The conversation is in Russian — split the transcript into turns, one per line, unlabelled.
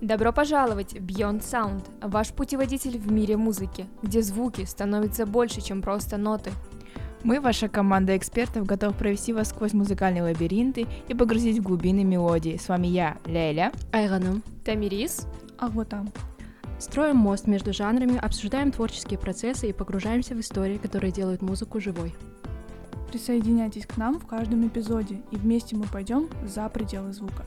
Добро пожаловать в Beyond Sound, ваш путеводитель в мире музыки, где звуки становятся больше, чем просто ноты.
Мы, ваша команда экспертов, готов провести вас сквозь музыкальные лабиринты и погрузить в глубины мелодии. С вами я, Леля.
Айганом.
Тамирис,
А вот там.
Строим мост между жанрами, обсуждаем творческие процессы и погружаемся в истории, которые делают музыку живой.
Присоединяйтесь к нам в каждом эпизоде, и вместе мы пойдем за пределы звука.